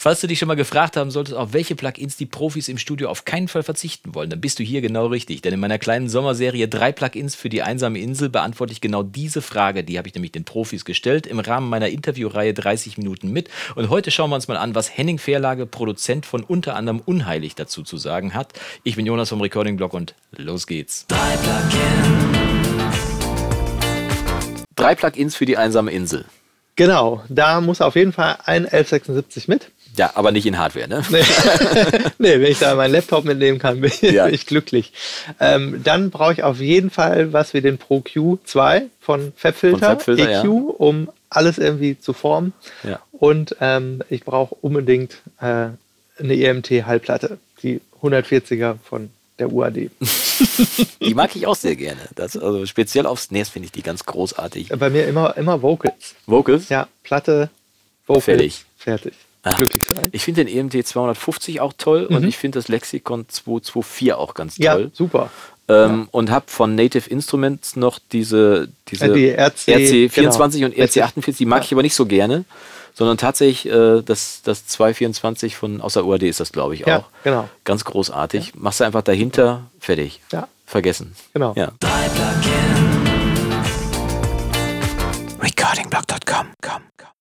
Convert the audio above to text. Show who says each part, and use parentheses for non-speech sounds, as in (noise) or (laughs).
Speaker 1: Falls du dich schon mal gefragt haben solltest, auf welche Plugins die Profis im Studio auf keinen Fall verzichten wollen, dann bist du hier genau richtig. Denn in meiner kleinen Sommerserie drei Plugins für die einsame Insel beantworte ich genau diese Frage. Die habe ich nämlich den Profis gestellt im Rahmen meiner Interviewreihe 30 Minuten mit. Und heute schauen wir uns mal an, was Henning Verlage, Produzent von unter anderem Unheilig, dazu zu sagen hat. Ich bin Jonas vom Recording Blog und los geht's. Drei Plugins. Drei Plugins für die einsame Insel.
Speaker 2: Genau, da muss auf jeden Fall ein
Speaker 1: (laughs)
Speaker 2: 1176 mit. (laughs)
Speaker 1: Ja, aber nicht in Hardware, ne?
Speaker 2: Nee, nee wenn ich da meinen Laptop mitnehmen kann, bin
Speaker 1: Ja.
Speaker 2: ich glücklich. Ähm, dann brauche ich auf jeden Fall was wie den Pro Q2 von Fabfilter,
Speaker 1: Von Fabfilter,
Speaker 2: EQ,
Speaker 1: ja.
Speaker 2: um alles irgendwie zu formen.
Speaker 1: Ja.
Speaker 2: Und ähm, ich brauche unbedingt äh, eine EMT-Hallplatte, die 140er von
Speaker 1: (laughs)
Speaker 2: der UAD.
Speaker 1: Die mag ich auch sehr gerne. Das, also speziell aufs NES finde ich die ganz großartig.
Speaker 2: Bei mir immer, immer Vocals.
Speaker 1: Vocals?
Speaker 2: Ja, Platte, Vocals,
Speaker 1: Fertig.
Speaker 2: fertig.
Speaker 1: Ah.
Speaker 2: Glücklich sein.
Speaker 1: Ich finde den E EMT 250 auch toll und ich finde das Lexikon 224 auch ganz
Speaker 2: Mhm. Ja,
Speaker 1: toll.
Speaker 2: super.
Speaker 1: Ähm, Und habe von Native Instruments noch diese, diese
Speaker 2: Äh, Die RC,
Speaker 1: RC24
Speaker 2: genau.
Speaker 1: und RC48, die mag ich aber nicht so gerne, sondern tatsächlich äh, das, das 224 von außer UAD ist das, glaube ich, auch.
Speaker 2: Ja, genau.
Speaker 1: Ganz großartig. Machst du einfach dahinter, fertig.
Speaker 2: Ja.
Speaker 1: Vergessen.
Speaker 2: Genau.
Speaker 1: Ja. Recordingblock.com.